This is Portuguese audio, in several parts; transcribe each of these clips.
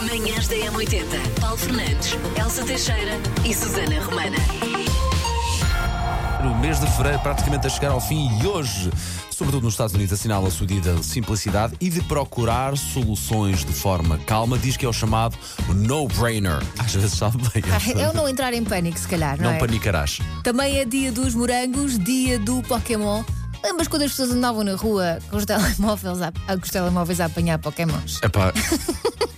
Manhãs da M80. Paulo Fernandes, Elsa Teixeira e Susana Romana. O mês de fevereiro praticamente a chegar ao fim e hoje, sobretudo nos Estados Unidos, assinala-se o dia da simplicidade e de procurar soluções de forma calma. Diz que é o chamado no-brainer. Às vezes sabe bem. É o não entrar em pânico, se calhar, não, Não é? panicarás. Também é dia dos morangos, dia do Pokémon. Lembras quando as pessoas andavam na rua com os telemóveis a, a- com os telemóveis a apanhar Pokémons? Epá,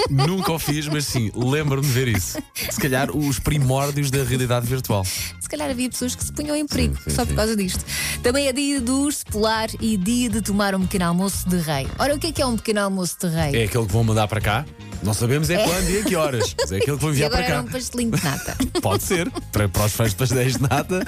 nunca o fiz, mas sim, lembro-me de ver isso. Se calhar os primórdios da realidade virtual. Se calhar havia pessoas que se punham em perigo Sim, sim, só sim. por causa disto. Também é dia do urso polar e dia de tomar um pequeno almoço de rei. Ora, o que é que é um pequeno almoço de rei? É aquele que vão mandar para cá? Não sabemos é quando e a que horas. Mas é aquele que vão e enviar agora para cá. era um pastelinho de nata. Pode ser. Para, para os fãs de pastéis de nada.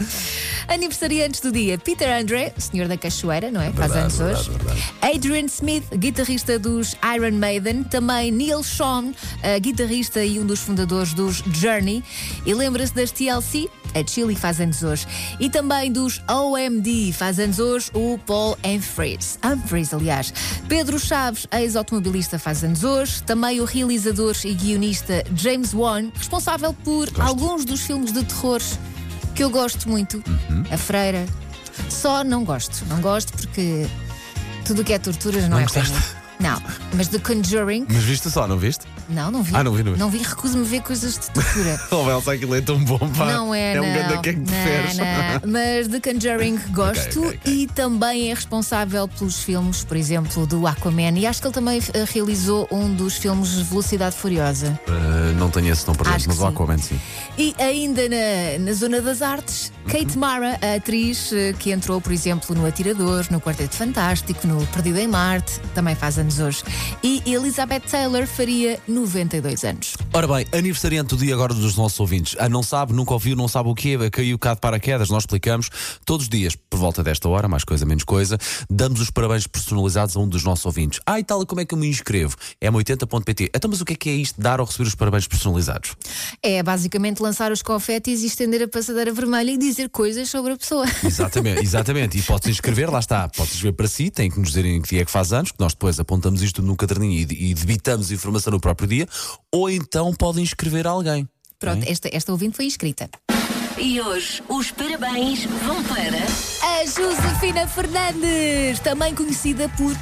Aniversariantes do dia: Peter André, senhor da cachoeira, não é? Faz Verdade, anos verdade, hoje. verdade. Adrian Smith, guitarrista dos Iron Maiden. Também Neil Sean, eh, guitarrista e um dos fundadores dos Journey. E lembra-se das TLC? A Chili faz anos hoje. E também dos OMD, faz anos hoje o Paul Humphries. Humphries, aliás. Pedro Chaves, ex-automobilista, faz anos hoje. Também o realizador e guionista James Wan, responsável por alguns dos filmes de terror que eu gosto muito, a freira. Só não gosto. Não gosto porque tudo o que é torturas não, é para mim. Não, mas The Conjuring, Mas viste só, não viste? não, não vi. Ah, não vi, não vi. recuso-me a ver coisas de tortura. Oh, Elsa, aquilo é tão bom, pá. Não é, É não. um grande a quem Não, que preferes. não. Mas The Conjuring gosto Ok, ok, ok. e também é responsável pelos filmes, por exemplo, do Aquaman. E acho que ele também eh, realizou um dos filmes Velocidade Furiosa. Eh, não tenho esse não Acho presente, que mas o sim. Aquaman sim. E ainda na, na zona das artes, Uhum. Kate Mara, a atriz eh, que entrou, por exemplo, no Atirador, no Quarteto Fantástico, no Perdido em Marte, também faz anos hoje. E Elizabeth Taylor faria 92 anos. Ora bem, aniversariante do dia agora dos nossos ouvintes. Ah, não sabe, nunca ouviu, não sabe o que é, caiu cá de paraquedas, nós explicamos todos os dias, por volta desta hora, mais coisa, menos coisa, damos os parabéns personalizados a um dos nossos ouvintes. Ah, e tal, e como é que eu me inscrevo? É 80.pt. Então, mas o que é que é isto, de dar ou receber os parabéns personalizados? É basicamente lançar os confetes e estender a passadeira vermelha e dizer coisas sobre a pessoa. Exatamente, exatamente. E pode-se inscrever, lá está. Pode-se inscrever para si, tem que nos dizerem que dia é que faz anos, que nós depois apontamos isto num caderninho e, de- e debitamos informação no próprio dia, ou então pode inscrever alguém. Pronto, esta, esta ouvinte foi inscrita. E hoje os parabéns vão para. A Josefina Fernandes, também conhecida por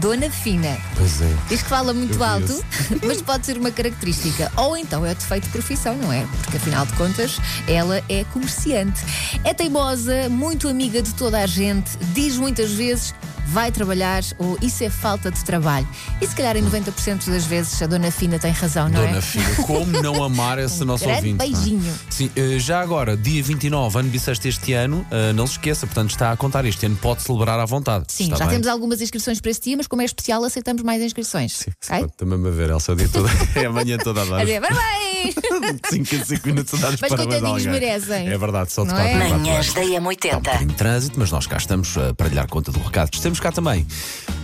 Dona Fina. Pois é. Diz que fala muito Eu alto, mas pode ser uma característica. Ou então é defeito de profissão, não é? Porque afinal de contas, ela é comerciante. É teimosa, muito amiga de toda a gente, diz muitas vezes. Vai trabalhar ou isso é falta de trabalho. E se calhar em 90% das vezes a Dona Fina tem razão, não Dona é? Um Fina, como não amar essa nossa grande ouvinte? não é? beijinho. Sim, eh, já agora, dia 29, ano bissexto este ano, eh, não se esqueça, portanto está a contar, este ano pode celebrar à vontade. Sim, Está já bem? temos algumas inscrições para esse dia, mas como é especial, aceitamos mais inscrições. Sim, Pronto, Também me a ver, Elsa, o dia todo, é amanhã toda a dar. parabéns! 5 a 5 minutos a dar os Mas parabéns a coitadinhos alguém. merecem. É verdade, só de Não 4 é? em 4 Manhãs da Há um M80. bocadinho de trânsito, mas nós cá estamos eh, para lhe dar conta do recado. Estamos cá também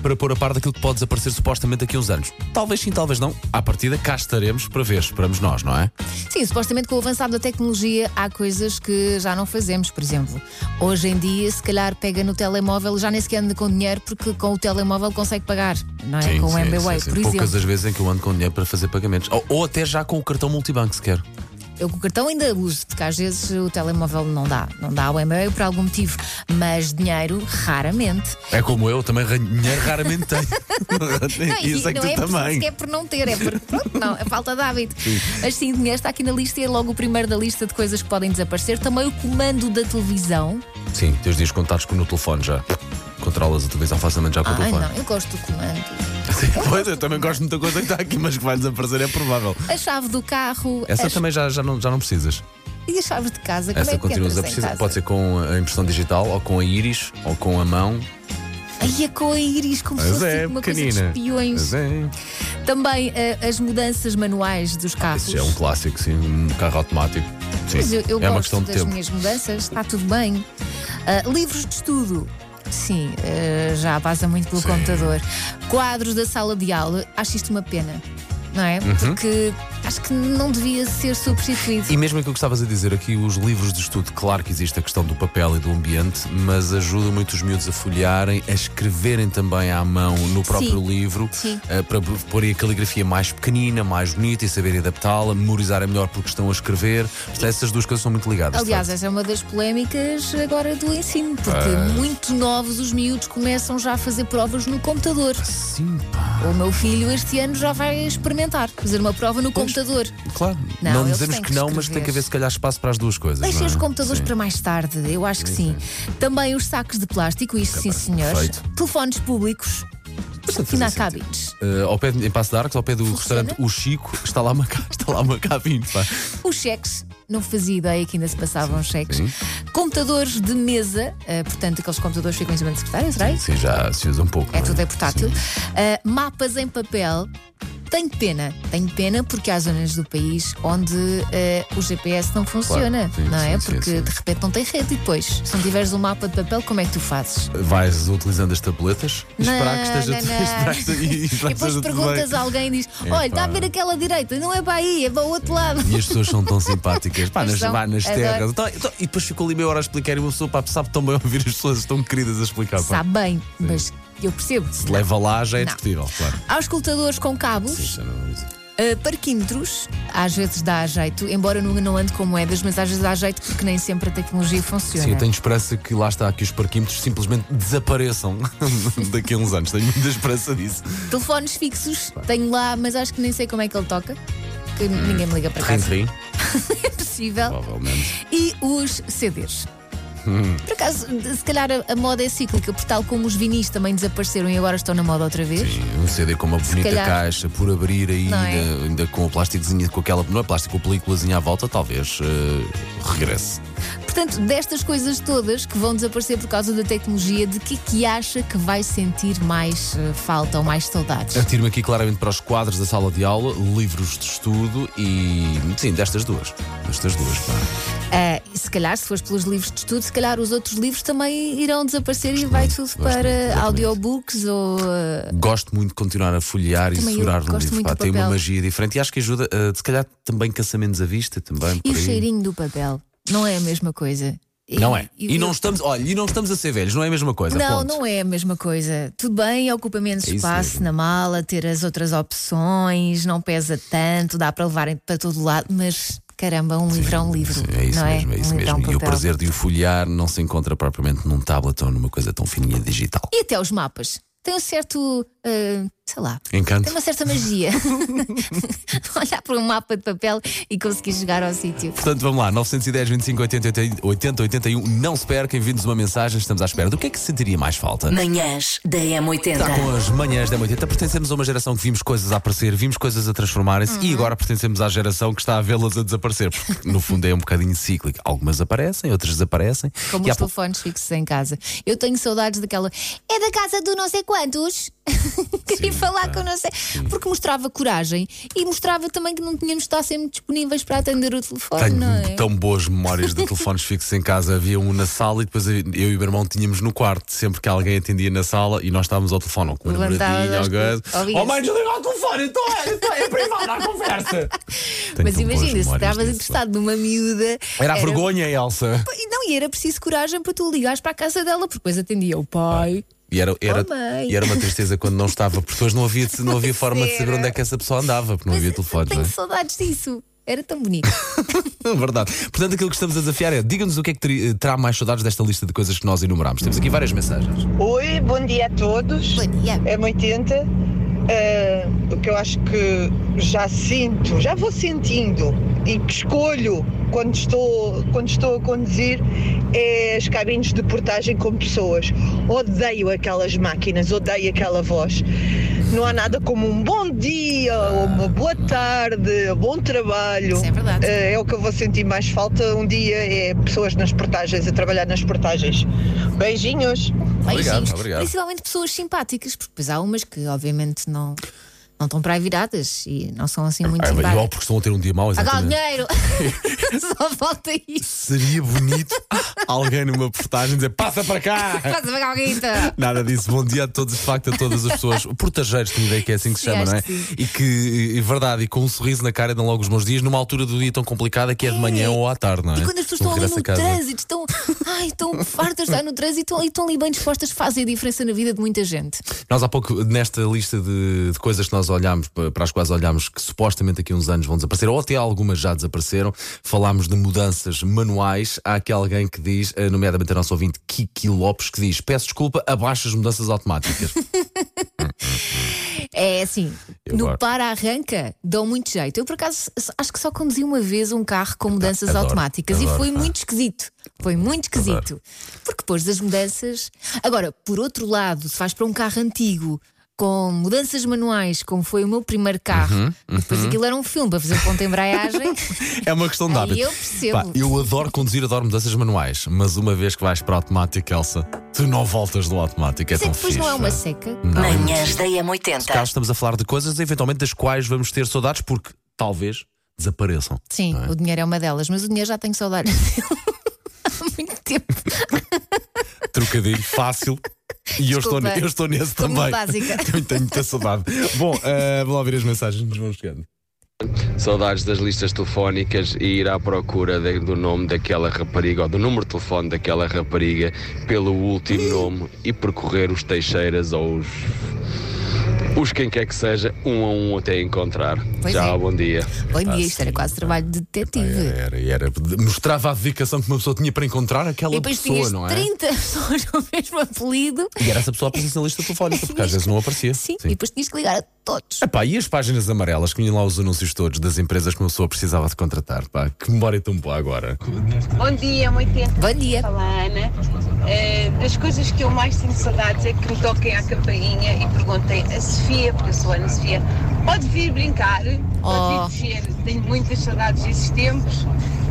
para pôr a par daquilo que pode desaparecer supostamente daqui a uns anos. Talvez sim, talvez não. À partida, cá estaremos para ver, esperamos nós, não é? Sim, supostamente com o avançado da tecnologia há coisas que já não fazemos, por exemplo. Hoje em dia, se calhar pega no telemóvel, já nem sequer anda com dinheiro, porque com o telemóvel consegue pagar, não é? com o MBWay, por exemplo. Poucas as vezes em que eu ando com dinheiro para fazer pagamentos. Ou, ou até já com o cartão multibanco, se quer. Eu com o cartão ainda uso, porque às vezes o telemóvel não dá, não dá o MBWay por algum motivo, mas dinheiro raramente. É como eu, também ra- dinheiro raramente tenho. e e eu sei que tu não é por- também. sequer por não ter, é por pronto, não, é falta de hábito. Mas sim, dinheiro está aqui na lista e é logo o primeiro da lista de coisas que podem desaparecer. Também o comando da televisão. Sim, teus dias contados com no telefone já. Controlas a televisão facilmente já com o Ai telefone. não, eu gosto do comando. Sim, pois, eu também gosto de muita coisa que está aqui, mas que vai desaparecer é provável. A chave do carro. Essa as- também já, já, não, já não precisas. E as chaves de casa? Como Essa é que continuas entras a em precisar. casa? Pode ser com a impressão digital, ou com a íris, ou com a mão. é Ai, é com a íris, como se fosse tipo uma coisa de espiões. Mas é. Também eh, as mudanças manuais dos carros. Esse é um clássico, sim, um carro automático. Sim, Mas eu, eu é uma gosto questão de das tempo. minhas mudanças, está tudo bem. Ah, livros de estudo. Sim, eh, já passa muito pelo Sim. Uhum. computador. Quadros da sala de aula, acho isto uma pena, não é? Porque acho que não devia ser substituído. E mesmo aquilo que estavas a dizer aqui, os livros de estudo, claro que existe a questão do papel e do ambiente, mas ajuda muito os miúdos a folhearem, a escreverem também à mão no próprio Sim. livro, Sim. eh, para porem a caligrafia mais pequenina, mais bonita e saberem adaptá-la, memorizarem melhor porque estão a escrever. Portanto, essas duas coisas são muito ligadas. de Aliás, facto. essa é uma das polémicas agora do ensino, porque Ah. muito novos os miúdos começam já a fazer provas no computador. Sim, pá. O meu filho este ano já vai experimentar, fazer uma prova Pois. no computador. Claro, Não, não, eles dizemos têm que, que não, mas escrever. tem que haver se calhar espaço para as duas coisas. Deixem não é? os computadores Sim. para mais tarde, eu acho que sim. Também os sacos de plástico, isso sim, senhores. perfeito. é Telefones públicos Bastante e na fazer sentido. cabines. Eh, ao pé de, em Passo de Arcos, ao pé do Funciona? restaurante O Chico, está lá uma, ca- está lá uma cabine. Pá. Os cheques. Não fazia ideia que ainda se passavam cheques. sim. Computadores de mesa, eh, portanto, aqueles computadores que ficam em cima de secretária, será? isso? Sim, já se usa um pouco. É não tudo é portátil. Ah, mapas em papel. Tenho pena, tenho pena porque há zonas do país onde ah, o GPS não funciona, sim, não é? sim, sim, porque sim. de repente não tem rede e depois, se não tiveres um mapa de papel, como é que tu fazes? Vais utilizando as tabletas e esperar que Não, esteja tudo não, e esperar que esteja- e E esperar que depois esteja tudo perguntas a bem. alguém e diz: Epá. Olha, está a ver aquela direita, não é para aí, é para o outro lado. E as pessoas são tão simpáticas. Pá, Pois nas, são, vá, nas adoro. terras. Então, então- e depois ficou ali meia hora a explicar e uma pessoa pá, sabe tão bem ouvir as pessoas, estão queridas a explicar. pá. Sabe bem, mas eu percebo. Se leva lá já é Não. discutível, claro. Auscultadores com cabos. Isto eu não- Uh, parquímetros, às vezes dá jeito, embora nunca não ande com moedas, mas às vezes dá jeito porque nem sempre a tecnologia funciona. Sim, eu tenho esperança que lá está, que os parquímetros simplesmente desapareçam daqui a uns anos. Tenho muita esperança disso. Telefones fixos, tenho lá, mas acho que nem sei como é que ele toca, que ninguém me liga para casa. Rim, rim, É possível. provavelmente. E os CDs. Hum. Por acaso, se calhar a, a moda é cíclica, porque tal como os vinis também desapareceram e agora estão na moda outra vez. Sim, um CD com uma bonita calhar. caixa por abrir ainda, Não é? ainda com a plasticozinha, com aquela não é plástico, com a películazinha à volta, talvez eh, regresse. Portanto, destas coisas todas que vão desaparecer por causa da tecnologia, de que é que acha que vai sentir mais eh, falta ou mais saudades? Atiro-me aqui claramente para os quadros da sala de aula, livros de estudo e sim, destas duas. Destas duas, pá. Ah, e se calhar, se fores pelos livros de estudo, se calhar os outros livros também irão desaparecer e vai tudo gosto muito, para exatamente. audiobooks ou. ah, Gosto muito de continuar a folhear e Também eu segurar no gosto livro. muito Pá, do tem uma papel. magia diferente e acho que ajuda, eh, se calhar, também cansamentos à vista também. E por o aí. cheirinho do papel não é a mesma coisa. E- Não é. e- E não estamos, olha, e não estamos a ser velhos, não é a mesma coisa. Não, ponto. não é a mesma coisa. Tudo bem, ocupa menos É isso espaço mesmo. na mala, ter as outras opções, não pesa tanto, dá para levar para todo lado, mas caramba, um livro é um livro. Sim, É isso não mesmo, é, isso um livro mesmo. É um e o papel. prazer de o folhear não se encontra propriamente num tablet ou numa coisa tão fininha digital. E até os mapas. Tem um certo. ah, sei lá. Encanto. Tem uma certa magia. Olhar para um mapa de papel e conseguir chegar ao sítio. Portanto, vamos lá, 910, 25, 80, 80, 80, 81. Não se percam, enviem-nos uma mensagem, estamos à espera. Do que é que sentiria mais falta? Manhãs da Está M80. Tá com as manhãs da 80. Pertencemos a uma geração que vimos coisas a aparecer, vimos coisas a transformarem-se Uhum. e agora pertencemos à geração que está a vê-las a desaparecer. Porque, no fundo, é um bocadinho cíclico. Algumas aparecem, outras desaparecem. Como e há os telefones fixos em casa. Eu tenho saudades daquela. É da casa do não sei quantos. Queria falar com não sei. Porque mostrava coragem e mostrava também que não tínhamos de estar sempre disponíveis para atender o telefone, Tenho não é? tão boas memórias de telefones fixos em casa. Havia um na sala e depois eu e o meu irmão tínhamos no quarto. Sempre que alguém atendia na sala e nós estávamos ao telefone, ou com uma Levantava namoradinha, as ou coisa. coisas. Ouvia-se. Oh mãe, desliga o telefone, então é, então é privado à conversa. Tenho Mas tão boas imagina, se memórias estavas disso. emprestado numa miúda. Era a vergonha, Elsa. E Não, e era preciso coragem para tu ligares para a casa dela, porque depois atendia o pai. E era, era, Oh, mãe. e era uma tristeza quando não estava, porque depois não havia, não havia forma de saber era. onde é que essa pessoa andava, porque não havia telefones, não Tenho é? saudades disso. Era tão bonito. Verdade. Portanto, aquilo que estamos a desafiar é diga-nos o que é que teri- terá mais saudades desta lista de coisas que nós enumerámos. Temos aqui várias mensagens. Oi, bom dia a todos. Bom dia. É 80. eh, o que eu acho que já sinto, já vou sentindo e que escolho quando estou, quando estou a conduzir é as cabines de portagem com pessoas. Odeio aquelas máquinas, odeio aquela voz. Não há nada como um bom dia, ou uma boa tarde, um bom trabalho. Isso é verdade. Eh, é o que eu vou sentir mais falta um dia é pessoas nas portagens, a trabalhar nas portagens. Beijinhos. Obrigado, Beijinhos. obrigado. Principalmente pessoas simpáticas, porque depois há umas que obviamente não. não não estão para aí viradas e não são assim muito Ah, e ó, simpáticas. porque estão a ter um dia mau, Agora o exatamente. Tá dinheiro! Só falta isso. Seria bonito alguém numa portagem dizer passa para cá! Faz uma galguita. Nada disso. Bom dia a todos, de facto, a todas as pessoas. Portageiros, tenho ideia que é assim que se Sim, chama, acho não é? que sim. E que, é verdade, e com um sorriso na cara dão logo os bons dias, numa altura do dia tão complicada que é de manhã ou à tarde, não é? E quando as pessoas O estão ali regresso no a casa. trânsito, estão, ai, estão fartas de estar no trânsito estão- e estão ali bem dispostas, fazem a diferença na vida de muita gente. Nós há pouco, nesta lista de, de coisas que nós olhámos, pa- para as quais olhámos, que supostamente daqui a uns anos vão desaparecer, ou até algumas já desapareceram, falámos de mudanças manuais. Há aqui alguém que diz, eh, nomeadamente a nossa ouvinte Kiki Lopes, que diz: peço desculpa, abaixo as mudanças automáticas. É assim, Eu no gosto. para-arranca dão muito jeito. Eu, por acaso, s- acho que só conduzi uma vez um carro com mudanças adoro, automáticas adoro, e foi pá. muito esquisito. Foi muito esquisito. Porque depois das mudanças. Agora, por outro lado, se faz para um carro antigo. Com mudanças manuais, como foi o meu primeiro carro, depois aquilo era um filme para fazer ponto de embreagem. Uhum, É uma questão de Aí hábito. eu percebo. eu adoro conduzir, adoro mudanças manuais, mas uma vez que vais para a automática, Elsa, tu não voltas do automático. É Mas é tão que depois não é fixe, uma pá. seca. Manhãs da Cá M80. estamos a falar de coisas, eventualmente, das quais vamos ter saudades, porque talvez desapareçam. Sim, o dinheiro é uma delas, mas o dinheiro já tenho saudades dele há muito tempo. Trocadilho fácil. E eu estou, Desculpa. ne- eu estou nesse Estou muito também. básica. Tenho, tenho muita saudade. Bom, eh, vou lá ouvir as mensagens que nos vão chegando. Saudades das listas telefónicas e ir à procura de- do nome daquela rapariga ou do número de telefone daquela rapariga pelo último nome e percorrer os Teixeiras ou os. os quem quer que seja, um a um até encontrar. Pois Tchau, é. bom dia. Bom dia, isto assim, era é? quase trabalho de detetive. Era, era, mostrava a dedicação que uma pessoa tinha para encontrar aquela E depois pessoa, tinhas não é? 30 pessoas com o mesmo apelido. E era essa pessoa aparecia na lista telefónica, porque às vezes não aparecia. Sim, e depois tinhas que ligar a todos. Epá, e as páginas amarelas que vinham lá os anúncios todos das empresas que uma pessoa precisava de contratar? Pá, que memória tão boa agora. Bom dia, muito Bom dia. Fala Ana. Eh, das coisas que eu mais tenho saudades é que me toquem à campainha e perguntem a Sofia, porque eu sou a Ana Sofia, pode vir brincar, Oh. pode vir descer. Tenho muitas saudades desses tempos,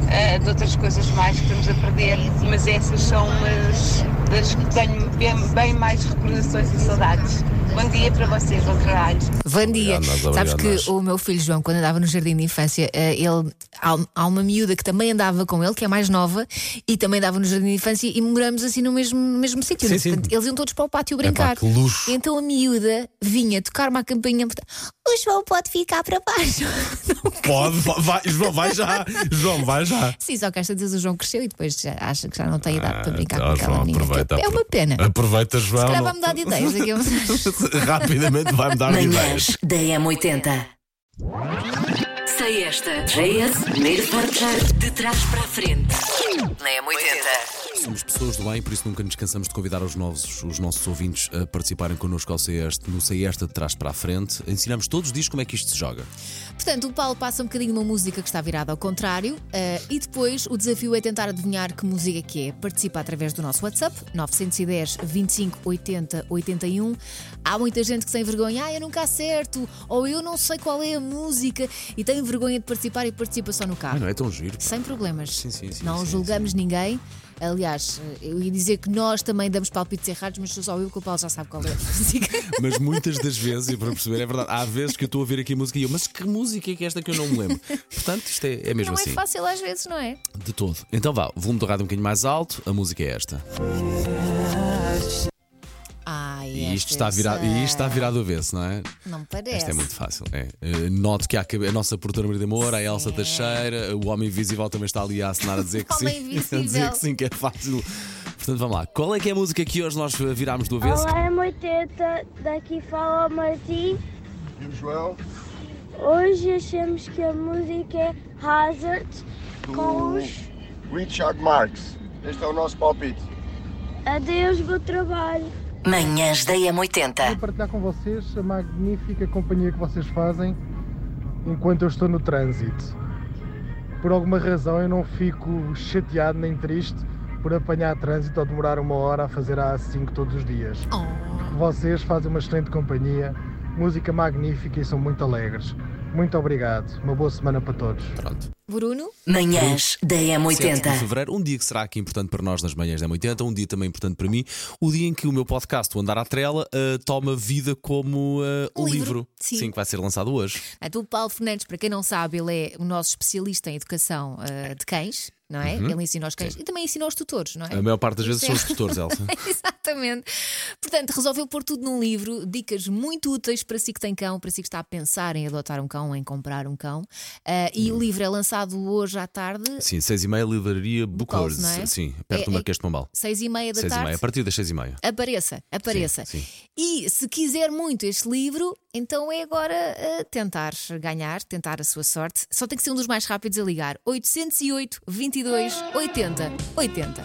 eh, de outras coisas mais que estamos a perder, mas essas são umas das que tenho bem, bem mais recordações e saudades. Bom dia para vocês, bom trabalho. Bom dia. Obrigado, nós, Sabes obrigado, que nós. o meu filho João, quando andava no jardim de infância, eh, ele há, há uma miúda que também andava com ele, que é mais nova, e também andava no jardim de infância, e moramos assim no mesmo, no mesmo sítio. Sim, sim. Portanto, Eles iam todos para o pátio pá, brincar. que luxo. Então a miúda vinha tocar-me à campainha. portanto, O João pode ficar para baixo. Pode, vai, vai, João, vai já. João, vai já. Sim, só que às vezes o João cresceu e depois já acha que já não tem idade para brincar Ah, com aquela João, menina. aproveita. é uma pena. Aproveita, Se João. calhar Ah, não- vai mudar de ideias daqui a uns anos. Rapidamente vai mudar de Manhãs ideias. da M80. Sei esta. JS, primeiro forjar de trás para a frente. Na M80. Somos pessoas do bem, por isso nunca nos cansamos de convidar os, novos, os nossos ouvintes a participarem connosco ao Sei Este, no Sei Esta de trás para a frente. Ensinamos todos os dias como é que isto se joga. Portanto, o Paulo passa um bocadinho uma música que está virada ao contrário eh, e depois o desafio é tentar adivinhar que música que é. Participa através do nosso WhatsApp 910 25 80 81. Há muita gente que tem vergonha, ah, eu nunca acerto, ou eu não sei qual é a música e tem vergonha de participar e participa só no Ah, carro. não é tão giro. pá. Sem problemas. Sim, sim, sim, não sim, julgamos ninguém. Aliás, eu ia dizer que nós também damos palpites errados, mas sou só eu que o Paulo já sabe qual é a música. Mas muitas das vezes, e para perceber, é verdade, há vezes que eu estou a ouvir aqui a música e eu, mas que música é que é esta que eu não me lembro? Portanto, isto é, é mesmo não assim. é fácil às vezes, não é? De todo. Então vá, o volume do rádio um bocadinho mais alto, a música é esta. Ai, E isto está esta eu virado, e sei. isto está virado a ver-se, não é? Não parece. Esta é muito fácil. É. Eh, Note que há cabe- a nossa produtora Maria de Moura, a Elsa Teixeira, o Homem Invisível também está ali a assinar a dizer que O Homem sim. Invisível. A dizer que sim, que é fácil. Portanto, vamos lá. Qual é que é a música que hoje nós virámos do avesso? Olá, M80, daqui fala o Martim. E o Joel, Hoje achamos que a música é Hazard com os Richard Marx. Este é o nosso palpite. Adeus, bom trabalho. Manhãs da M80. partilhar com vocês a magnífica companhia que vocês fazem enquanto eu estou no trânsito. Por alguma razão eu não fico chateado nem triste por apanhar trânsito ou demorar uma hora a fazer a A5 todos os dias. Oh, Vocês fazem uma excelente companhia, música magnífica e são muito alegres. Muito obrigado. Uma boa semana para todos. Pronto. Bruno? Manhãs da 7 de M80. fevereiro, um dia que será aqui importante para nós nas manhãs da 80, um dia também importante para mim, o dia em que o meu podcast, o Andar à Trela, eh, toma vida como eh, Um um livro. livro, sim. que vai ser lançado hoje. Portanto, o É Paulo Fernandes, para quem não sabe, ele é o nosso especialista em educação ah, de cães, não é? Uhum. Ele ensina aos cães e também ensina aos tutores, não é? A maior parte das vezes Sim. são os tutores, Elsa. Exatamente. Portanto, resolveu pôr tudo num livro, dicas muito úteis para si que tem cão, para si que está a pensar em adotar um cão, em comprar um cão. Ah, e Uhum. o livro é lançado hoje à tarde, Sim, seis e meia, livraria Bucos, Bucores. não é? Sim, perto É- do Marquês de Pombal. seis e meia da Seis e tarde. meia, a partir das seis e meia. Apareça, apareça. Sim, sim. E se quiser muito este livro, então é agora eh, tentar ganhar, tentar a sua sorte. Só tem que ser um dos mais rápidos a ligar. 808 22 80 80.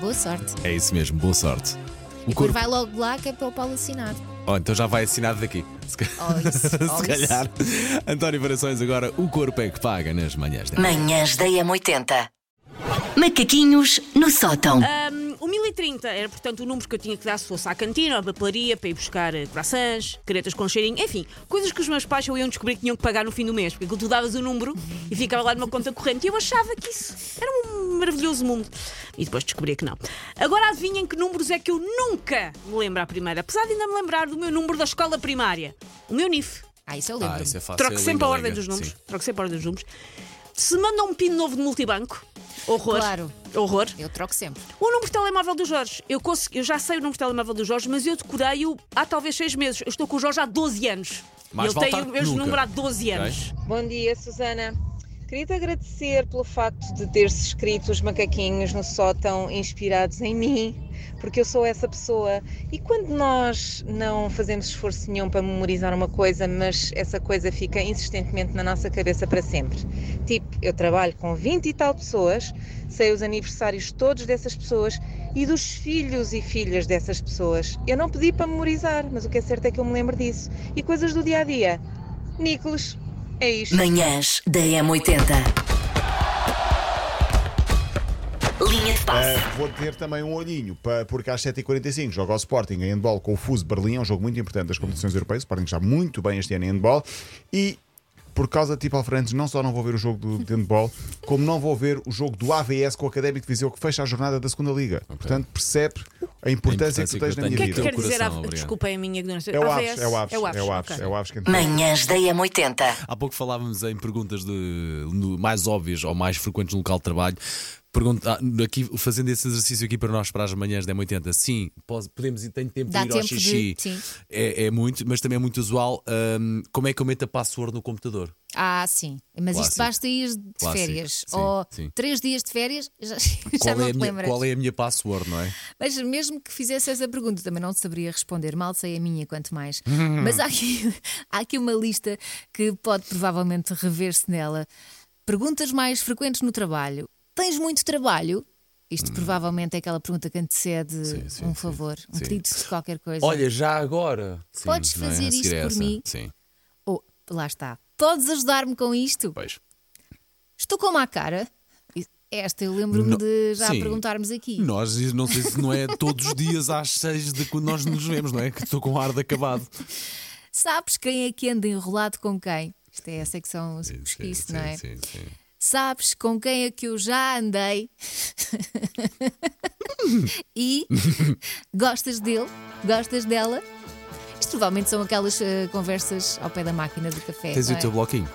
Boa sorte. É isso mesmo, boa sorte. O E depois vai logo lá que é para o Paulo assinar. Oh, então já vai assinado daqui. Se, ca- Oh, isso, Se oh, isso. calhar. António Variações agora, o corpo é que paga nas manhãs. da- Manhãs da M80. Macaquinhos no sótão. O 1030 era, portanto, o número que eu tinha que dar se fosse à cantina, à papelaria, para ir buscar eh, croissants, caretas com cheirinho, enfim, coisas que os meus pais eu iam descobrir que tinham que pagar no fim do mês, porque tu davas o número e ficava lá numa conta corrente. E eu achava que isso era um maravilhoso mundo. E depois descobri que não. Agora adivinhem que números é que eu nunca me lembro à primeira, apesar de ainda me lembrar do meu número da escola primária, o meu NIF. Ah, isso eu lembro. Ah, isso é fácil. Troco é sempre a lenga-lenga. ordem dos números. Sim. Troco sempre a ordem dos números. Se mandam um pino novo de multibanco, é horror. Claro. Horror. Eu troco sempre. O número de telemóvel do Jorge. Eu, consegui- eu já sei o número de telemóvel do Jorge, mas eu decorei-o há talvez seis meses. Eu estou com o Jorge há 12 anos. Mais Ele vale tem o tarde mesmo que nunca. número há 12 anos. Bom dia, Susana. Queria te agradecer pelo facto de teres escrito os macaquinhos no sótão inspirados em mim, porque eu sou essa pessoa. E quando nós não fazemos esforço nenhum para memorizar uma coisa, mas essa coisa fica insistentemente na nossa cabeça para sempre. Tipo, eu trabalho com 20 e tal pessoas, sei os aniversários todos dessas pessoas e dos filhos e filhas dessas pessoas. Eu não pedi para memorizar, mas o que é certo é que eu me lembro disso. E coisas do dia a dia. Nicolas, é isto. Manhãs da M80. Linha de passe. Uh, vou ter também um olhinho, pa- porque às 7h45 joga ao Sporting em handball com o Fuso Berlim, é um jogo muito importante das competições europeias. O Sporting está muito bem este ano em handball. E por causa de Tipo Fernandes, não só não vou ver o jogo do, de handball, como não vou ver o jogo do AVS com o Académico de Viseu, que fecha a jornada da segunda Liga. Portanto, percebe a importância, importância que tu que eu tens na tenho minha O que é que Teu vida. quer dizer? coração, a- obrigado. Desculpem a minha ignorância. É o Aves, AVS? é o Aves, É o Aves. ok. é o Aves que entra. Manhãs da M80. Há pouco falávamos em perguntas de, no- mais óbvias ou mais frequentes no local de trabalho. Pergunta, ah, aqui, fazendo esse exercício aqui para nós, para as manhãs da M80, sim, pode- podemos e tenho tempo Dá de ir ao tempo de- xixi. sim. É, é muito, mas também é muito usual. hum, como é que eu meto a password no computador? Ah, sim. Mas isto Clássico. basta ir de Clássico, férias. sim, Ou sim. três dias de férias, já, já qual, não é a te minha, lembras. qual é a minha password, não é? Mas mesmo que fizesse essa pergunta, também não saberia responder. Mal sei a minha, quanto mais. Hum. Mas há aqui, há aqui uma lista que pode provavelmente rever-se nela. Perguntas mais frequentes no trabalho. Tens muito trabalho? Isto provavelmente é aquela pergunta que antecede Hum. sim, sim, um favor, um sim. pedido de qualquer coisa. Olha, já agora. Sim, é. Podes não é? A fazer isto seguir é por essa. mim? Sim, Ou, Oh, lá está. Podes ajudar-me com isto? pois. Estou com má cara? Esta eu lembro-me No- de já sim. perguntarmos aqui. Nós, não sei se não é todos os dias às seis de quando nós nos vemos, não é? Que estou com o ar de acabado. Sabes quem é que anda enrolado com quem? Isto é essa que são os pesquices, não é? sim, sim. Sabes com quem é que eu já andei? e gostas dele? Gostas dela? Isto provavelmente são aquelas eh, conversas ao pé da máquina do café. Tens não o é? teu bloquinho,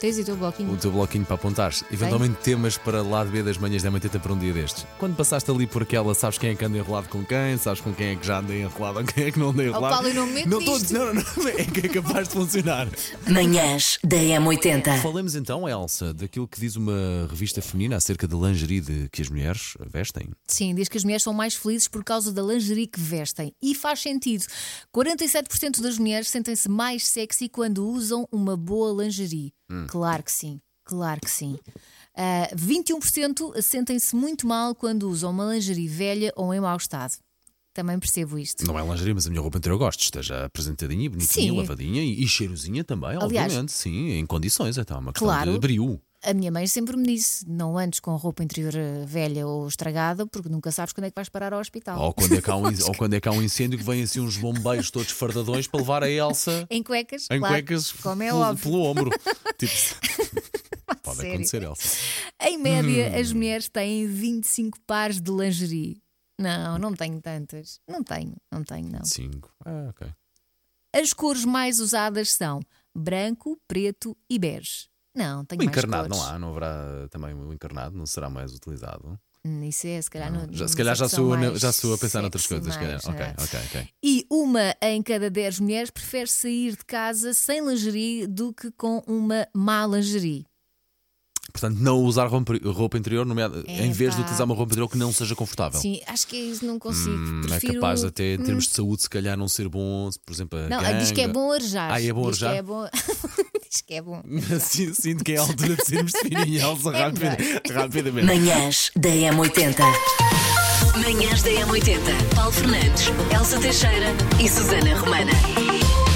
Tens o teu bloquinho. o teu bloquinho para apontares. Eventualmente temas para lá de B das manhãs da M80 para um dia destes. Quando passaste ali por aquela, sabes quem é que anda enrolado com quem, sabes com quem é que já anda enrolado ou quem é que não anda enrolado. Paulo, eu não me estou meto a nisto. dizer- não, não, não, é que é capaz de funcionar. Manhãs da M80. Falemos então, Elsa, daquilo que diz uma revista feminina acerca de lingerie de- que as mulheres vestem. Sim, diz que as mulheres são mais felizes por causa da lingerie que vestem. E faz sentido. 47% das mulheres sentem-se mais sexy quando usam uma boa lingerie. Claro que sim, claro que sim. Ah, 21% sentem-se muito mal quando usam uma lingerie velha ou em mau estado. Também percebo isto. Não é lingerie, mas a minha roupa interior eu gosto. Esteja apresentadinha, bonitinha, Sim. lavadinha e, e cheirosinha também, Aliás- obviamente. Sim, em condições. Então, é uma questão Claro. de brilho. A minha mãe sempre me disse: não andes com roupa interior eh, velha ou estragada, porque nunca sabes quando é que vais parar ao hospital. Ou quando, é que há um, in- ou quando é que há um incêndio que vêm assim uns bombeiros todos fardadões para levar a Elsa Em cuecas? em claro, cuecas Como é pelo, óbvio. pelo ombro. Tipo, pode sério. acontecer, Elsa. Em média, Hum. as mulheres têm 25 pares de lingerie. Não, não tenho tantas. Não tenho, não tenho, não. Cinco. Ah, ok. As cores mais usadas são branco, preto e bege. Não, tenho O mais Um encarnado cores. não há, não haverá também o encarnado, não será mais utilizado. Hum, Isso é, se calhar não. Já, se não calhar sei já se são sou, mais já sou a pensar noutras sexy, coisas. se calhar. mais, Ok, né? ok, ok. E uma em cada 10 mulheres prefere sair de casa sem lingerie do que com uma má lingerie. Portanto, não usar roupa roupa interior, nomeado, em vez de Epá. utilizar uma roupa interior que não seja confortável. É, Sim, acho que é isso não consigo. Hum, Prefiro... É capaz até em Hum. termos de saúde, se calhar, não ser bom, se, por exemplo. A Não, ganga. diz que é bom arejar. Ah, é bom diz que arejar? é bom. diz que é bom. Sim, Sinto que é a altura de sermos definir Elsa É rapida- verdade. rapidamente. Manhãs da M80. Manhãs da M80. Paulo Fernandes, Elsa Teixeira e Susana Romana.